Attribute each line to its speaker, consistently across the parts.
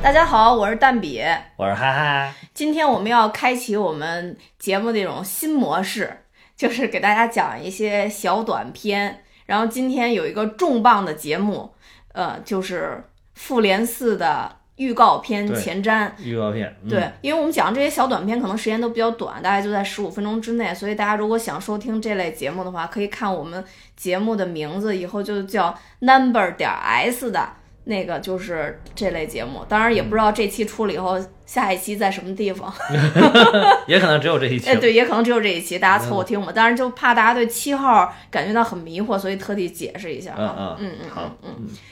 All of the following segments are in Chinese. Speaker 1: 大家好，我是蛋比。
Speaker 2: 我是哈哈，
Speaker 1: 今天我们要开启我们节目的一种新模式，就是给大家讲一些小短片。然后今天有一个重磅的节目，呃，就是《复联四》的预告片
Speaker 2: 对
Speaker 1: 前瞻。
Speaker 2: 预告片，嗯、
Speaker 1: 对，因为我们讲这些小短片可能时间都比较短，大概就在十五分钟之内，所以大家如果想收听这类节目的话，可以看我们节目的名字，以后就叫 number 点 s 的那个就是这类节目。当然也不
Speaker 2: 嗯
Speaker 1: 知道这期出了以后，下一期在什么地 方，
Speaker 2: 也可能只有这一期
Speaker 1: 哎，。对，也可能只有这一期，大家
Speaker 2: 嗯
Speaker 1: 凑合听吧。当然就怕大家对七号感觉到很迷惑，所以特地解释一下
Speaker 2: 嗯
Speaker 1: 啊。
Speaker 2: 嗯
Speaker 1: 嗯嗯
Speaker 2: 好，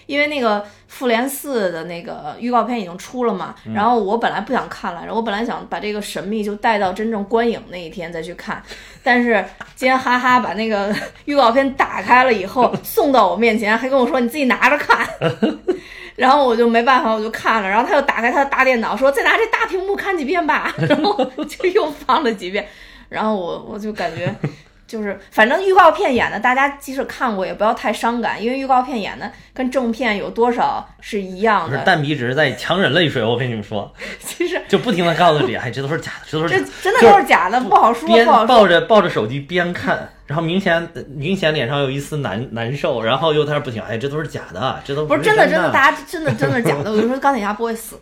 Speaker 1: 因为那个《复联四》的那个预告片已经出了嘛，然后我本来不想看来着，我本来想把这个神秘就带到真正观影那一天再去看，但是今天哈哈把那个 预告片打开了以 后送到我面前，还跟我说你自己拿着看，然后我就没办法，我就看了，然后他又打开他的大电脑说再拿这大屏幕看几遍吧， 然后就又放了几遍，然后我我就感觉。就是，反正预告片演的，大家即使看过也不要太伤感，因为预告片演的跟正片有多少是一样
Speaker 2: 不是
Speaker 1: 的。
Speaker 2: 蛋皮只是在强忍泪水，我跟你们说，
Speaker 1: 其 实
Speaker 2: 就不停的告诉自己，哎，这都是假的，这都是
Speaker 1: 这
Speaker 2: 假的。
Speaker 1: 真的都是假的，不好说，
Speaker 2: 边
Speaker 1: 不好说。
Speaker 2: 抱着抱着手机边看，然后明显明显脸上有一丝难难受，然后又在那儿不停，哎，这都是假的，这都
Speaker 1: 不
Speaker 2: 是
Speaker 1: 是真的，真的，
Speaker 2: 的。
Speaker 1: 大家真的真的假的。我就说钢铁侠不会死，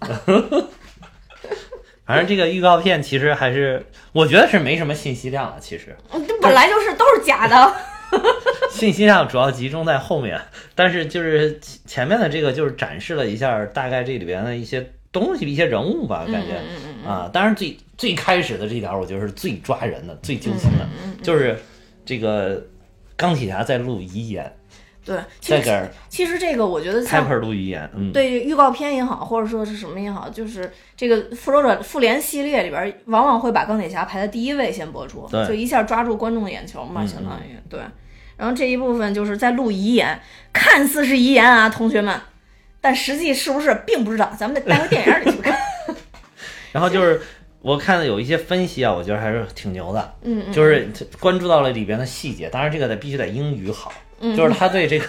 Speaker 2: 反正这个预告片其实还是，我觉得是没什么信息量了。其实
Speaker 1: 这本来就是都是假的。
Speaker 2: 信息量主要集中在后面，但是就是前前面的这个就是展示了一下大概这里边的一些东西、一些人物吧，感觉。
Speaker 1: 嗯嗯嗯
Speaker 2: 啊，当然最最开始的这条，我觉得是最抓人的、最揪心的，
Speaker 1: 嗯
Speaker 2: 就是这个钢铁侠在录遗言，
Speaker 1: 对，其
Speaker 2: 在这
Speaker 1: 实
Speaker 2: 儿
Speaker 1: 其实这个我觉得
Speaker 2: 开
Speaker 1: 像
Speaker 2: 炮录遗言，嗯，
Speaker 1: 对预告片也好，或者说是什么也好，就是这个复仇者复联系列里边，往往会把钢铁侠排在第一位先播出，
Speaker 2: 对
Speaker 1: 就一下抓住观众的眼球嘛，
Speaker 2: 嗯
Speaker 1: 相当于对。然后这一部分就是在录遗言，看似是遗言啊，同学们，但实际是不是并不知道，咱们得带回电影里去看。
Speaker 2: 然后就是我看了有一些分析啊，我觉得还是挺牛的，
Speaker 1: 嗯嗯，
Speaker 2: 就是关注到了里边的细节，当然这个得必须得英语好，
Speaker 1: 嗯
Speaker 2: 就是他对这个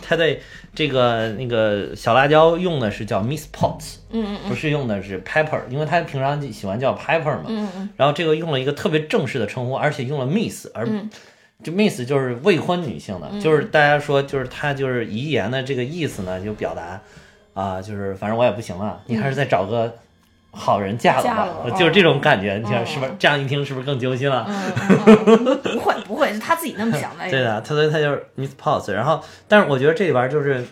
Speaker 2: 他对这个那个小辣椒用的是叫 Miss Potts，
Speaker 1: 嗯嗯
Speaker 2: 不是用的是 Pepper，因为他平常喜欢叫 Pepper 嘛，
Speaker 1: 嗯嗯
Speaker 2: 然后这个用了一个特别正式的称呼，而且用了 Miss，而
Speaker 1: 嗯
Speaker 2: 就 Miss 就是未婚女性的，就是大家说就是她就是遗言的这个意思呢，就表达啊、就是反正我也不行了，你还是再找个好人嫁了
Speaker 1: 嗯嫁
Speaker 2: 吧，
Speaker 1: 了
Speaker 2: 就是这种感觉，你看
Speaker 1: 嗯
Speaker 2: 是不是？这样一听是不是更揪心了？
Speaker 1: 嗯嗯，嗯不会不会，是他自己那么想的。
Speaker 2: 对的，他所以他就是 Miss Potts，然后但是我觉得这里边就是。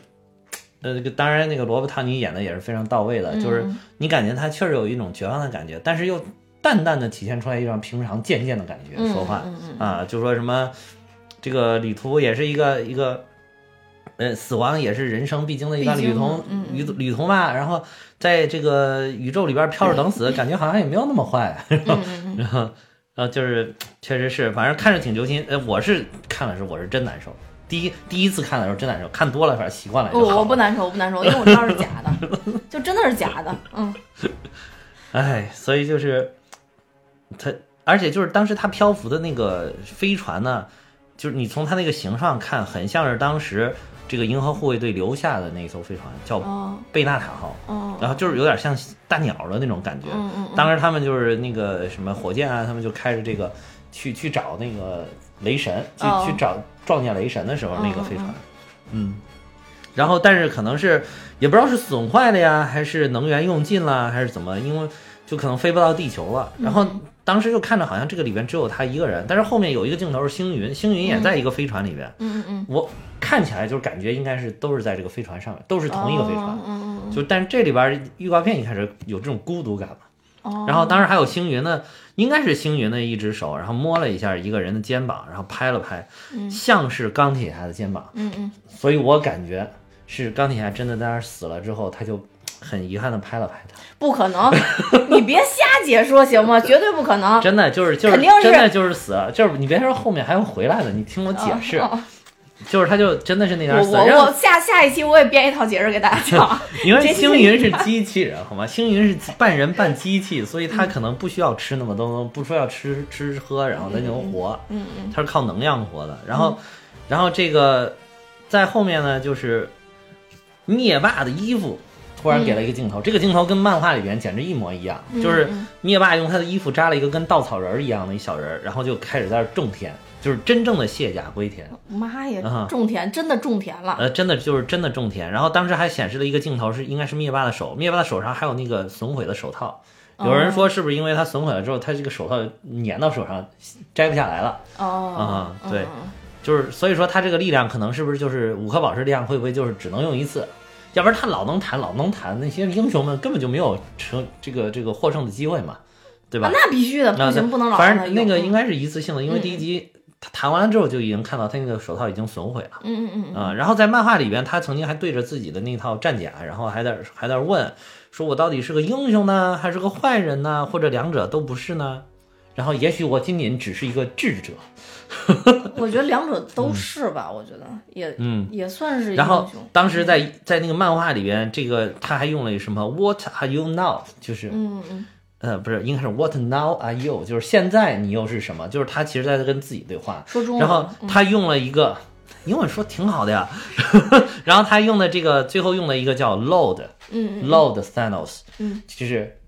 Speaker 2: 呃，这个当然，那个罗伯·唐尼演的也是非常到位的，就是
Speaker 1: 嗯
Speaker 2: 你感觉他确实有一种绝望的感觉，但是又淡淡的体现出来一种平常贱贱的感觉。
Speaker 1: 嗯
Speaker 2: 说话，
Speaker 1: 嗯嗯
Speaker 2: 啊，就说什么这个旅途也是一个一个，呃，死亡也是人生必经的一段
Speaker 1: 必
Speaker 2: 旅
Speaker 1: 经
Speaker 2: 途
Speaker 1: 的嗯，
Speaker 2: 旅旅途嘛。然后在这个宇宙里边飘着等死，感觉好像也没有那么坏。
Speaker 1: 嗯嗯嗯嗯，
Speaker 2: 然后，然后就是确实是，反正看着挺揪心。呃，我是看的时候我是真难受。第一第一次看的时候真难受，看多了反正习惯了就
Speaker 1: 我
Speaker 2: 好了。
Speaker 1: 哦我不难受，我不难受，因为我知道是假的，就真的是假的。嗯
Speaker 2: 哎，所以就是他，而且就是当时他漂浮的那个飞船呢，就是你从它那个形上看，很像是当时这个银河护卫队留下的那一艘飞船，叫
Speaker 1: 哦
Speaker 2: 贝纳塔号，
Speaker 1: 哦，
Speaker 2: 然后就是有点像大鸟的那种感觉。
Speaker 1: 嗯嗯嗯，
Speaker 2: 当时他们就是那个什么火箭啊，他们就开着这个去去找那个雷神，去、
Speaker 1: 哦
Speaker 2: 去找撞见雷神的时候那个
Speaker 1: 嗯
Speaker 2: 飞
Speaker 1: 嗯
Speaker 2: 船，嗯。然后，但是可能是也不知道是损坏了呀，还是能源用尽了，还是怎么？因为就可能飞不到地球了。然后
Speaker 1: 嗯
Speaker 2: 当时就看着好像这个里边只有他一个人，但是后面有一个镜头是星云，星云也在一个飞船里边。
Speaker 1: 嗯嗯嗯。
Speaker 2: 我看起来就是感觉应该是都是在这个飞船上面，都是同一个飞船
Speaker 1: 哦。嗯嗯
Speaker 2: 就但是这里边预告片一开始有这种孤独感嘛，
Speaker 1: 嗯。
Speaker 2: 然后当时还有星云的，应该是星云的一只手，然后摸了一下一个人的肩膀，然后拍了拍，像是钢铁侠的肩膀，
Speaker 1: 嗯嗯
Speaker 2: 所以我感觉是钢铁侠真的在那儿死了之后，他就很遗憾的拍了拍他，
Speaker 1: 嗯，不可能，你别瞎解说行吗？绝对不可能。
Speaker 2: 真的就是就
Speaker 1: 哦
Speaker 2: 是
Speaker 1: 肯定是
Speaker 2: 真的就是死了，就是你别说后面还会回来的，你听我解释，
Speaker 1: 哦
Speaker 2: 就是他就真的是那
Speaker 1: 我
Speaker 2: 样死了，
Speaker 1: 我我
Speaker 2: 让
Speaker 1: 下下一期我也编一套解释给大家 讲。
Speaker 2: 因为
Speaker 1: 这期
Speaker 2: 星云是机器人好吗？星云是半人半机器，所以他可能不需要吃那么多，不需要吃吃喝，然后他就能活。
Speaker 1: 嗯嗯
Speaker 2: 它是靠能量活的。然后，然后这个在后面呢，就是灭霸的衣服突然给了一个镜头，这个镜头跟漫画里边简直一模一样，
Speaker 1: 嗯
Speaker 2: 就是灭霸用他的衣服扎了一个跟稻草人儿一样的一小人儿，然后就开始在那儿种田，就是真正的卸甲归田。
Speaker 1: 嗯妈呀
Speaker 2: 啊，
Speaker 1: 种田真的种田了，
Speaker 2: 呃，真的就是真的种田。然后当时还显示了一个镜头是，应该是灭霸的手，灭霸的手上还有那个损毁的手套。有人说是不是因为他损毁了之后，他这个手套粘到手上摘不下来了？
Speaker 1: 哦，
Speaker 2: 嗯啊对
Speaker 1: 嗯，
Speaker 2: 就是所以说他这个力量可能是不是就是五颗宝石力量会不会就是只能用一次？要不然他老能弹老能弹，那些英雄们根本就没有成这个这个获胜的机会嘛，对吧
Speaker 1: 啊？那必须的，
Speaker 2: 那
Speaker 1: 不行，不能老
Speaker 2: 反
Speaker 1: 让他
Speaker 2: 正那个
Speaker 1: 用嗯
Speaker 2: 应该是一次性的，因为第一集他弹完了之后就已经看到他那个手套已经损毁了。
Speaker 1: 嗯嗯嗯
Speaker 2: 啊、然后在漫画里边，他曾经还对着自己的那套战甲，然后还在还在问，说我到底是个英雄呢，还是个坏人呢，或者两者都不是呢？然后也许我仅仅只是一个智者，
Speaker 1: 嗯，我觉得两者都是吧，我觉得也
Speaker 2: 嗯。
Speaker 1: 也算是英
Speaker 2: 然后
Speaker 1: 雄，嗯
Speaker 2: 当时在在那个漫画里边，这个他还用了一什么 “What are you now”，就是
Speaker 1: 嗯嗯
Speaker 2: 呃不是应该是 “What now are you”，就是现在你又是什么？就是他其实在跟自己对话。
Speaker 1: 说中文，
Speaker 2: 然后他用了一个英文说挺好的呀， 然后他用的这个最后用了一个叫 “load”。
Speaker 1: 嗯
Speaker 2: Lord Thanos，
Speaker 1: 嗯，
Speaker 2: 就是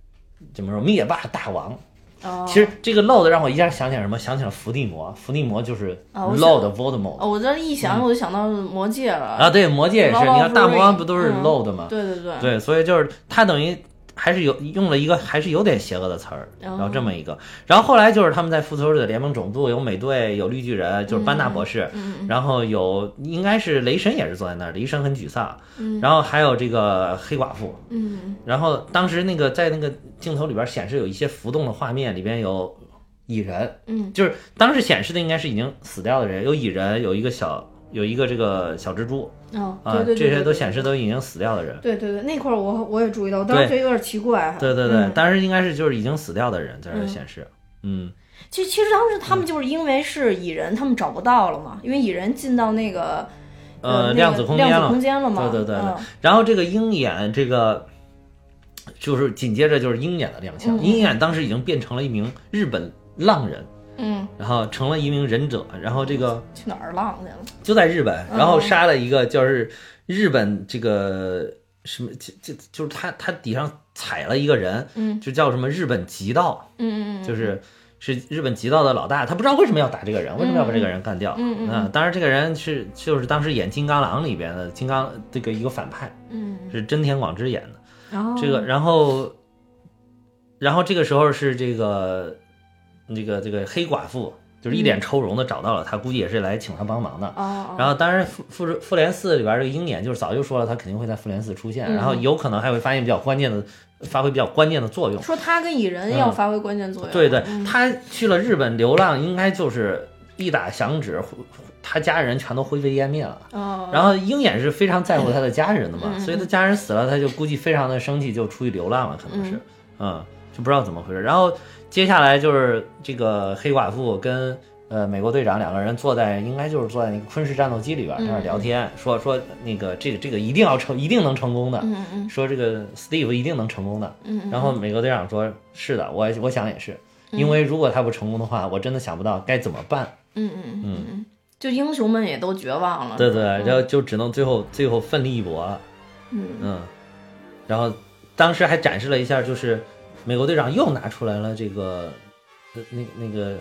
Speaker 2: 怎么说灭霸大王。
Speaker 1: 嗯，哦
Speaker 2: 其实这个 Lord 让我一下想起来什么？想起了伏地魔，伏地魔就是
Speaker 1: 啊我想
Speaker 2: Lord Voldemort
Speaker 1: 哦，我这一想我就想到魔戒了，
Speaker 2: 嗯啊，对，魔戒也是，
Speaker 1: Lord of
Speaker 2: 你看大魔王不都是
Speaker 1: Ring，
Speaker 2: Lord 吗？
Speaker 1: 对对对，
Speaker 2: 对，所以就是他等于还是有用了一个还是有点邪恶的词儿，然
Speaker 1: 哦
Speaker 2: 后这么一个，然后后来就是他们在复仇者联盟总部有美队，有绿巨人，就是班纳博士，
Speaker 1: 嗯
Speaker 2: 然后有应该是雷神也是坐在那儿，雷神很沮丧，然后还有这个黑寡妇，
Speaker 1: 嗯，
Speaker 2: 然后当时那个在那个镜头里边显示有一些浮动的画面，里边有蚁人，
Speaker 1: 嗯，
Speaker 2: 就是当时显示的应该是已经死掉的人，有蚁人，有一个小有一个这个小蜘蛛
Speaker 1: 哦，
Speaker 2: 啊、
Speaker 1: 对对对，
Speaker 2: 这些
Speaker 1: 对
Speaker 2: 都显示都已经死掉的人。
Speaker 1: 对对对，那块儿我我也注意到，我当时觉得有点奇怪。
Speaker 2: 对对对，
Speaker 1: 嗯
Speaker 2: 当时应该是就是已经死掉的人在这显示，嗯，
Speaker 1: 其实其实当时他们就是因为是蚁人，他们找不到了嘛，因为蚁人进到那个
Speaker 2: 呃，
Speaker 1: 那个
Speaker 2: 量子空间
Speaker 1: 量子
Speaker 2: 了
Speaker 1: 空。间了嘛。
Speaker 2: 对对对对
Speaker 1: 嗯
Speaker 2: 然后这个鹰眼这个。就是紧接着就是鹰眼的亮相，鹰眼当时已经变成了一名日本浪人，
Speaker 1: 嗯，
Speaker 2: 然后成了一名忍者，然后这个
Speaker 1: 去哪儿浪去了？
Speaker 2: 就在日本，
Speaker 1: 嗯
Speaker 2: 然后杀了一个就是日本这个什么，这这就是他他底上踩了一个人，
Speaker 1: 嗯
Speaker 2: 就叫什么日本极道，
Speaker 1: 嗯嗯嗯，
Speaker 2: 就是是日本极道的老大，他不知道为什么要打这个人，为什么要把这个人干掉？
Speaker 1: 嗯嗯嗯
Speaker 2: 啊当然这个人是就是当时演《金刚狼》里边的金刚这个一个反派，
Speaker 1: 嗯，哦
Speaker 2: 是真田广之演的。
Speaker 1: 然后
Speaker 2: 这个，然后，然后这个时候是这个，这个这个黑寡妇，就是一脸愁容的找到了他，估计也是来请他帮忙的。
Speaker 1: 嗯哦哦，
Speaker 2: 然后，当然复复复联四里边这个鹰眼，就是早就说了，他肯定会在复联四出现，
Speaker 1: 嗯
Speaker 2: 然后有可能还会发现比较关键的，发挥比较关键的作用。
Speaker 1: 说他跟蚁人要发挥关键作用。
Speaker 2: 嗯对对，
Speaker 1: 嗯
Speaker 2: 他去了日本流浪，应该就是一打响指，他家人全都灰飞烟灭了。
Speaker 1: 哦，
Speaker 2: 然后鹰眼是非常在乎他的家人的嘛，
Speaker 1: 嗯嗯
Speaker 2: 所以他家人死了，他就估计非常的生气，就出去流浪了，可能是，嗯就不知道怎么回事。然后接下来就是这个黑寡妇跟呃美国队长两个人坐在，应该就是坐在那个昆士战斗机里
Speaker 1: 嗯
Speaker 2: 边儿在那儿聊天，说说那个这个这个一定要成，一定能成功的，
Speaker 1: 嗯嗯
Speaker 2: 说这个 Steve 一定能成功的。
Speaker 1: 嗯嗯，
Speaker 2: 然后美国队长说：“是的，我我想也是，因为如果他不成功的话，我真的想不到该怎么办。”
Speaker 1: 嗯嗯嗯嗯，就英雄们也都绝望了。
Speaker 2: 对对，然后就只能最后最后奋力一搏了。
Speaker 1: 嗯
Speaker 2: 然后当时还展示了一下，就是美国队长又拿出来了这个呃那那个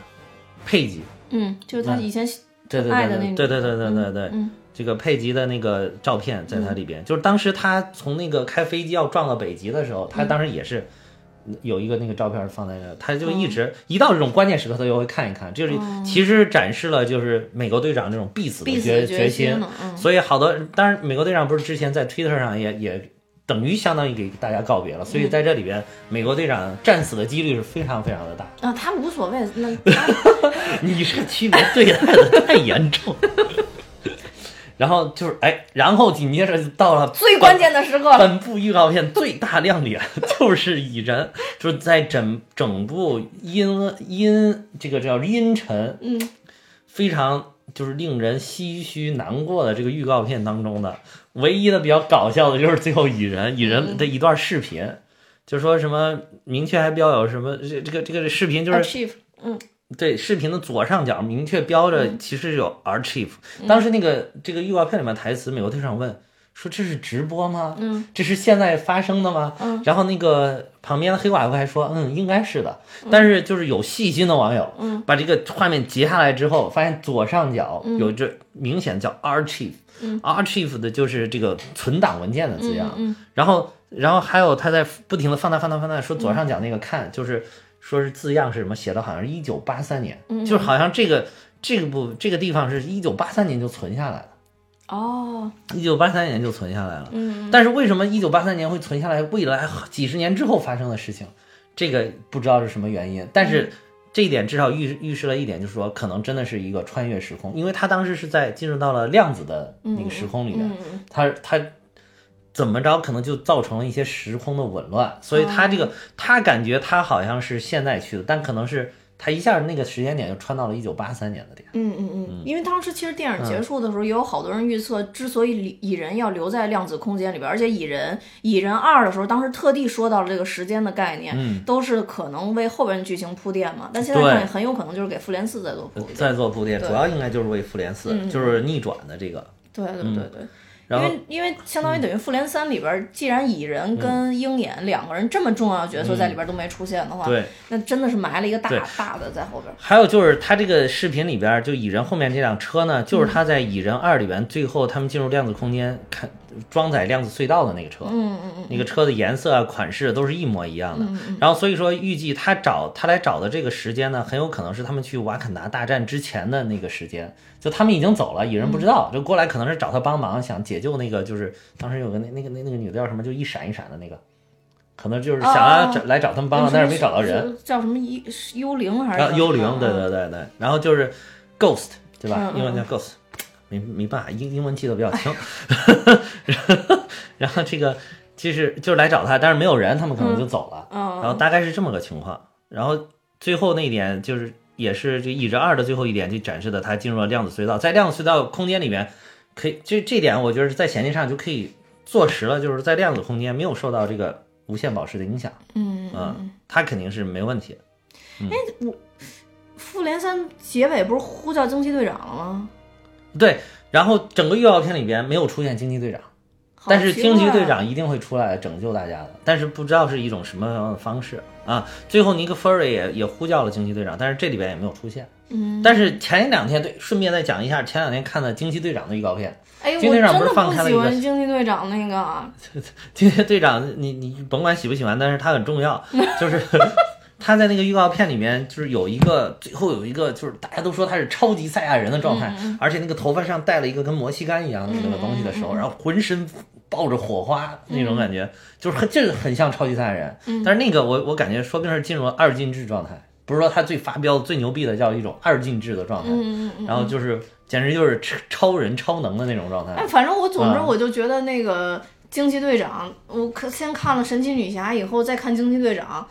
Speaker 2: 佩吉，
Speaker 1: 嗯，就是他以前
Speaker 2: 对对
Speaker 1: 爱
Speaker 2: 对
Speaker 1: 的那个
Speaker 2: 对对对对对对对，
Speaker 1: 嗯
Speaker 2: 这个佩吉的那个照片在它里边，就是当时他从那个开飞机要撞到北极的时候，他当时也是。有一个那个照片放在那，他就一直、
Speaker 1: 哦
Speaker 2: 一到这种关键时刻，他就会看一看，就是其实展示了就是美国队长这种必死的
Speaker 1: 必死
Speaker 2: 决
Speaker 1: 决
Speaker 2: 心，
Speaker 1: 了。嗯，
Speaker 2: 所以好多，当然美国队长不是之前在 Twitter 上也也等于相当于给大家告别了，所以
Speaker 1: 嗯
Speaker 2: 在这里边，美国队长战死的几率是非常非常的大。
Speaker 1: 啊，他无所谓，那
Speaker 2: 你这个区别对待的太严重。 然后就是哎，然后紧接着就到了
Speaker 1: 最关键的时刻了。
Speaker 2: 本部预告片最大亮点 就是蚁人，就是在整整部阴阴这个叫阴沉，
Speaker 1: 嗯，
Speaker 2: 非常就是令人唏嘘难过的这个预告片当中的唯一的比较搞笑的就是最后蚁人蚁人的一段视频，就说什么明确还标有什么这这个这个视频就是
Speaker 1: achieve，嗯
Speaker 2: 对，视频的左上角
Speaker 1: 嗯
Speaker 2: 明确标着，其实是有 archive、当时那个这个预告片里面台词，美国队长问说这是直播吗？
Speaker 1: 嗯，
Speaker 2: 这是现在发生的吗？
Speaker 1: 嗯，
Speaker 2: 然后那个旁边的黑寡妇还说，嗯，应该是的。但是就是有细心的网友，
Speaker 1: 嗯，
Speaker 2: 把这个画面截下来之后，发现左上角
Speaker 1: 嗯
Speaker 2: 有这明显叫 archive，
Speaker 1: 嗯
Speaker 2: archive 的就是这个存档文件的字样，
Speaker 1: 嗯
Speaker 2: 然后，然后还有他在不停的放大、放大、放大，说左上角那个看，就是说是字样是什么，写的好像是一九八三年，
Speaker 1: 嗯
Speaker 2: 就是好像这个这个部这个地方是一九八三年就存下来了，
Speaker 1: 嗯哦，
Speaker 2: 一九八三年就存下来了。
Speaker 1: 嗯
Speaker 2: 但是为什么一九八三年会存下来？未来几十年之后发生的事情，这个不知道是什么原因，但是。这一点至少预预示了一点，就是说，可能真的是一个穿越时空，因为他当时是在进入到了量子的那个时空里面，
Speaker 1: 嗯嗯
Speaker 2: 它它怎么着，可能就造成了一些时空的紊乱，所以它这个他感觉他好像是现在去的，但可能是他一下那个时间点就穿到了一九八三年的点。
Speaker 1: 嗯嗯嗯，因为当时其实电影结束的时候，也有好多人预测，之所以蚁蚁人要留在量子空间里边，而且蚁人蚁人二的时候，当时特地说到了这个时间的概念，
Speaker 2: 嗯
Speaker 1: 都是可能为后边剧情铺垫嘛。但现在
Speaker 2: 对
Speaker 1: 看很有可能就是给复联四在做铺垫。
Speaker 2: 在做铺垫，主要应该就是为复联四，就是逆转的这个。
Speaker 1: 对对对对，
Speaker 2: 嗯然
Speaker 1: 因
Speaker 2: 后嗯
Speaker 1: 为因为相当于等于复联三里边，既然蚁人跟鹰眼两个人这么重要的角色在里边都没出现的话，
Speaker 2: 嗯对，
Speaker 1: 那真的是埋了一个大
Speaker 2: 对
Speaker 1: 大的在后边。
Speaker 2: 还有就是他这个视频里边儿，就蚁人后面这辆车呢，就是他在蚁人二里边最后他们进入量子空间看装载量子隧道的那个车，
Speaker 1: 嗯嗯嗯，
Speaker 2: 那个车的颜色啊、款式都是一模一样的。然后所以说，预计他找他来找的这个时间呢，很有可能是他们去瓦肯达大战之前的那个时间，就他们已经走了，蚁人不知道，就过来可能是找他帮忙，想解救那个就是当时有个那那个那那个女的叫什么，就一闪一闪的那个，可能就是想
Speaker 1: 哦
Speaker 2: 要
Speaker 1: 哦
Speaker 2: 找来找他们帮忙，但是没找到人。，
Speaker 1: 叫什么幽幽灵还是叫，
Speaker 2: 啊
Speaker 1: 什么
Speaker 2: 幽灵，对对对对，然后就是 ghost，对吧？
Speaker 1: 嗯嗯
Speaker 2: 英文叫 ghost，没没办法，英英文记得比较 清。然后这个其实就是来找他，但是没有人，他们可能就走了。
Speaker 1: 嗯
Speaker 2: 然后大概是这么个情况。然后最后那一点就是，也是这《蚁人二》的最后一点，就展示的他进入了量子隧道，在量子隧道空间里面，可以这这点我觉得是在衔接上就可以坐实了，就是在量子空间没有受到这个无限宝石的影响，
Speaker 1: 嗯嗯
Speaker 2: 嗯，他肯定是没问题的。
Speaker 1: 复联三结尾不是呼叫惊奇队长了吗？
Speaker 2: 对，然后整个预告片里边没有出现惊奇队长，
Speaker 1: 好
Speaker 2: 但是
Speaker 1: 奇
Speaker 2: 惊奇
Speaker 1: 怪
Speaker 2: 队
Speaker 1: 啊，
Speaker 2: 长一定会出来拯救大家的，但是不知道是一种什么样的方式啊。最后尼克弗瑞也也呼叫了惊奇队长，但是这里边也没有出现。
Speaker 1: 嗯，
Speaker 2: 但是前两天对，顺便再讲一下前两天看的惊奇队长的预告片。
Speaker 1: 哎，我
Speaker 2: 惊奇
Speaker 1: 真
Speaker 2: 队
Speaker 1: 的
Speaker 2: 长不是放开了
Speaker 1: 喜
Speaker 2: 一个
Speaker 1: 欢惊奇队长那个，啊
Speaker 2: 惊奇队长，你你甭管喜不喜欢，但是他很重 要，就是他在那个预告片里面，就是有一个最后有一个，就是大家都说他是超级赛亚人的
Speaker 1: 嗯
Speaker 2: 状态，而且那个头发上戴了一个跟摩西干一样的那个东西的
Speaker 1: 嗯
Speaker 2: 时候，然后浑身抱着火花那种感觉，就是很这个很像超级赛亚人，
Speaker 1: 嗯
Speaker 2: 但是那个我我感觉说不定是进入了二进制状态。不是说他最发飙、最牛逼的叫一种二进制的状态，
Speaker 1: 嗯嗯嗯，
Speaker 2: 然后就是简直就是超超人、超能的那种状态。
Speaker 1: 哎，反正我总之
Speaker 2: 嗯
Speaker 1: 我就觉得那个惊奇队长，我可先看了神奇女侠，以后再看惊奇队长，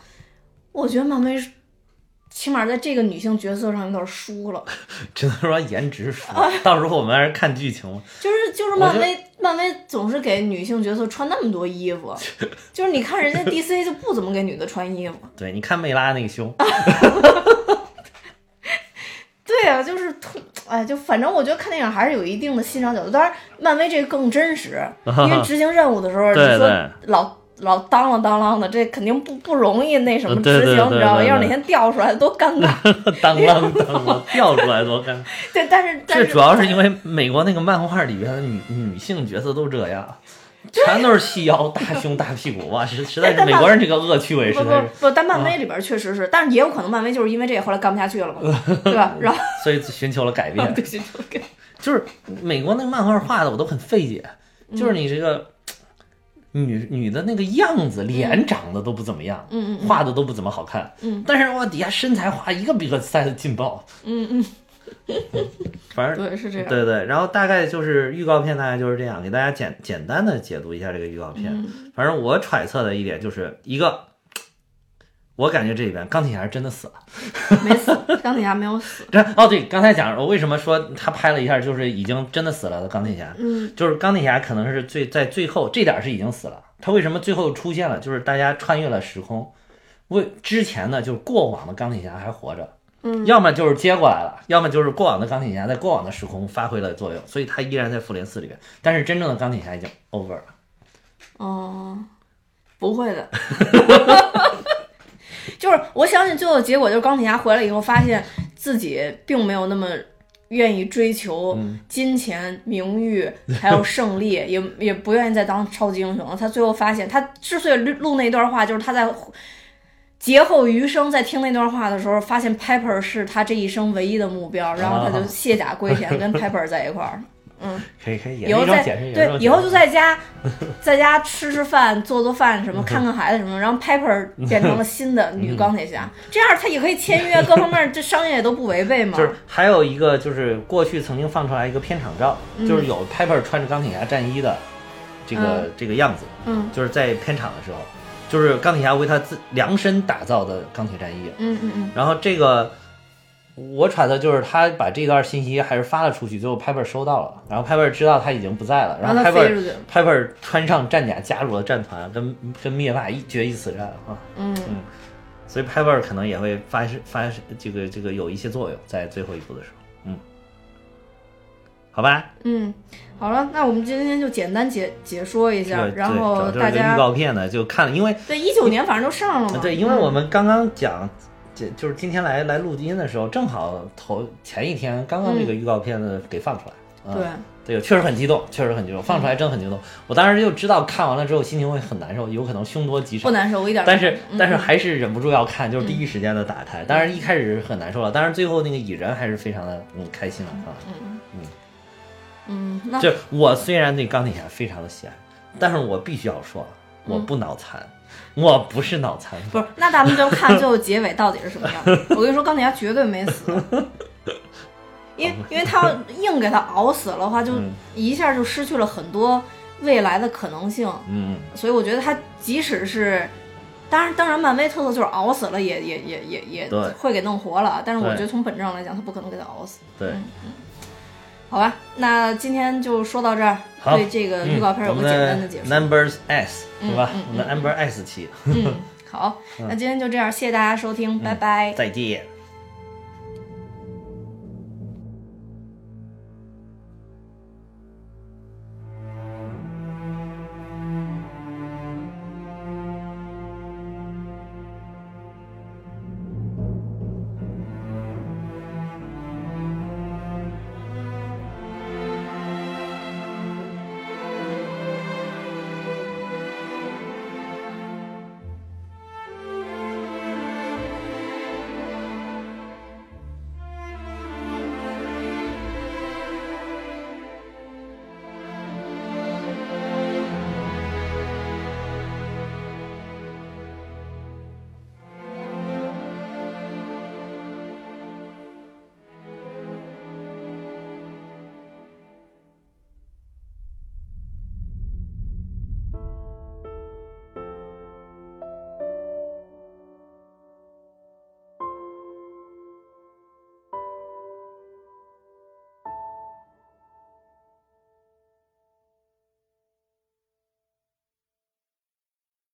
Speaker 1: 我觉得漫威是起码在这个女性角色上有点输了，
Speaker 2: 只能说颜值输，到时候我们还是看剧情嘛。
Speaker 1: 就是就是
Speaker 2: 我
Speaker 1: 漫
Speaker 2: 觉得
Speaker 1: 威，漫威总是给女性角色穿那么多衣服，就是你看人 家 DC 就不怎么给女的穿衣服。
Speaker 2: 对，你看梅拉那个胸，
Speaker 1: 对啊，就是突，哎，就反正我觉得看电影还是有一定的欣赏角度。当然，漫威这个更真 实，因为执行任务的时候，
Speaker 2: 对
Speaker 1: 你说
Speaker 2: 对
Speaker 1: 老老当啷当啷的，这肯定不不容易那什么执
Speaker 2: 嗯
Speaker 1: 行，
Speaker 2: 对对对
Speaker 1: 你知道吧？
Speaker 2: 对对
Speaker 1: 要是哪天掉出来多尴 尬。
Speaker 2: 当啷当啷 掉出来多看。
Speaker 1: 对，但是但
Speaker 2: 这
Speaker 1: 是
Speaker 2: 主要是因为美国那个漫画里边的女女性角色都这样，全都是细腰、大胸、大屁股，哇，实实在是美国人这个恶趣味，
Speaker 1: 不
Speaker 2: 实
Speaker 1: 不
Speaker 2: 在是，
Speaker 1: 不，但漫威
Speaker 2: 嗯
Speaker 1: 里边确实是，但是也有可能漫威就是因为这个后来干不下去了嘛，对 吧？然后
Speaker 2: 所以寻求了改变。
Speaker 1: 啊 对对对，
Speaker 2: 就是美国那个漫画画的我都很费解，
Speaker 1: 嗯
Speaker 2: 就是你这个。女女的那个样子，脸长得都不怎么样，
Speaker 1: 嗯嗯
Speaker 2: 画的都不怎么好看，
Speaker 1: 嗯，
Speaker 2: 但是往底下身材画一个比一个塞的劲爆，
Speaker 1: 嗯嗯，
Speaker 2: 反正
Speaker 1: 对，是这样。
Speaker 2: 对对，然后大概就是预告片，大概就是这样，给大家简简单的解读一下这个预告片。
Speaker 1: 嗯
Speaker 2: 反正我揣测的一点就是一个，我感觉这里边钢铁侠是真的死了。
Speaker 1: 没死，钢铁侠没有死。
Speaker 2: 这哦对，刚才讲我为什么说他拍了一下，就是已经真的死了的钢铁侠，
Speaker 1: 嗯
Speaker 2: 就是钢铁侠可能是最在最后这点儿是已经死了。他为什么最后出现了？就是大家穿越了时空，为之前呢，就是过往的钢铁侠还活着，
Speaker 1: 嗯
Speaker 2: 要么就是接过来了，要么就是过往的钢铁侠在过往的时空发挥了作用，所以他依然在复联四里边。但是真正的钢铁侠已经 over 了，
Speaker 1: 哦，不会的，就是我相信最后的结果就是钢铁侠回来以后，发现自己并没有那么愿意追求金钱、名誉，还有胜利，也也不愿意再当超级英雄了。他最后发现，他之所以录录那段话，就是他在。劫后余生，在听那段话的时候，发现 Piper 是他这一生唯一的目标，然后他就卸甲归田，跟 Piper 在一块儿。
Speaker 2: 可以可以，也
Speaker 1: 以
Speaker 2: 是
Speaker 1: 后
Speaker 2: 一种
Speaker 1: 在
Speaker 2: 解释，也是一
Speaker 1: 对
Speaker 2: 种，
Speaker 1: 以
Speaker 2: 解
Speaker 1: 后
Speaker 2: 释
Speaker 1: 就在家，在家吃吃饭，做做饭什么，看看孩子什么。然后 Piper 变成了新的女钢铁侠，这样她也可以签约，各方面这商业也都不违背嘛
Speaker 2: 嗯就。是还有一个就是过去曾经放出来一个片场照，就是有 Piper 穿着钢铁侠战衣的这个、这个样子，
Speaker 1: 嗯
Speaker 2: 就是在片场的时候，就是钢铁侠为他自量身打造的钢铁战衣。
Speaker 1: 嗯嗯嗯，
Speaker 2: 然后这个我揣测就是他把这段信息还是发了出去，最后 Piper 收到了，然后 Piper 知道他已经不在了，然后
Speaker 1: 让他飞
Speaker 2: Piper
Speaker 1: 出去。
Speaker 2: Piper 穿上战甲加入了战团，跟跟灭霸一决一死战啊。
Speaker 1: 嗯，
Speaker 2: 所以 Piper 可能也会发生发生这个这个有一些作用，在最后一步的时候，嗯，好吧，
Speaker 1: 嗯，好了，那我们今天就简单解解说一
Speaker 2: 这
Speaker 1: 下
Speaker 2: 个，
Speaker 1: 然
Speaker 2: 对
Speaker 1: 后
Speaker 2: 主
Speaker 1: 大
Speaker 2: 要就是预
Speaker 1: 家嗯
Speaker 2: 告片呢就看了，因为
Speaker 1: 对一九年反正都上了嘛。
Speaker 2: 对，因为我们刚刚讲，这就是今天来来录音的时候，正好头前一天刚刚这个预告片子给放出来，
Speaker 1: 对嗯
Speaker 2: 嗯，对，确实很激动，确实很激动，放出来真的很激动，我当时就知道看完了之后心情会很难受，有可能凶多吉少
Speaker 1: 不，难受，我一点儿都不
Speaker 2: 但
Speaker 1: 难
Speaker 2: 是
Speaker 1: 受。
Speaker 2: 但是还是忍不住要看，就是第一时间的打
Speaker 1: 嗯
Speaker 2: 开。当然一开始是很难受了，但是最后那个蚁人还是非常的嗯开心了啊。
Speaker 1: 嗯，那
Speaker 2: 就是我虽然对钢铁侠非常的喜爱，但是我必须要说，我不脑残，
Speaker 1: 嗯
Speaker 2: 我不是脑残。
Speaker 1: 不是，那咱们就看最后结尾到底是什 么样。我跟你说，钢铁侠绝对没死，因为因为他要硬给他熬死了的话，就
Speaker 2: 嗯
Speaker 1: 一下就失去了很多未来的可能性。
Speaker 2: 嗯，
Speaker 1: 所以我觉得他即使是，当然当然，漫威特色就是熬死了也也也也也
Speaker 2: 对
Speaker 1: 会给弄活了，但是我
Speaker 2: 对
Speaker 1: 觉得从本质上来讲，他不可能给他熬死。
Speaker 2: 对，
Speaker 1: 好吧，那今天就说到这儿，
Speaker 2: 好
Speaker 1: 对这个
Speaker 2: 嗯
Speaker 1: 预告片有
Speaker 2: 我
Speaker 1: 个
Speaker 2: 们
Speaker 1: 简单的解说。
Speaker 2: Numbers S
Speaker 1: 嗯
Speaker 2: 是吧？我们 Number S 期，
Speaker 1: 嗯，好，那今天就这样，谢谢大家收听，拜拜。
Speaker 2: 再见。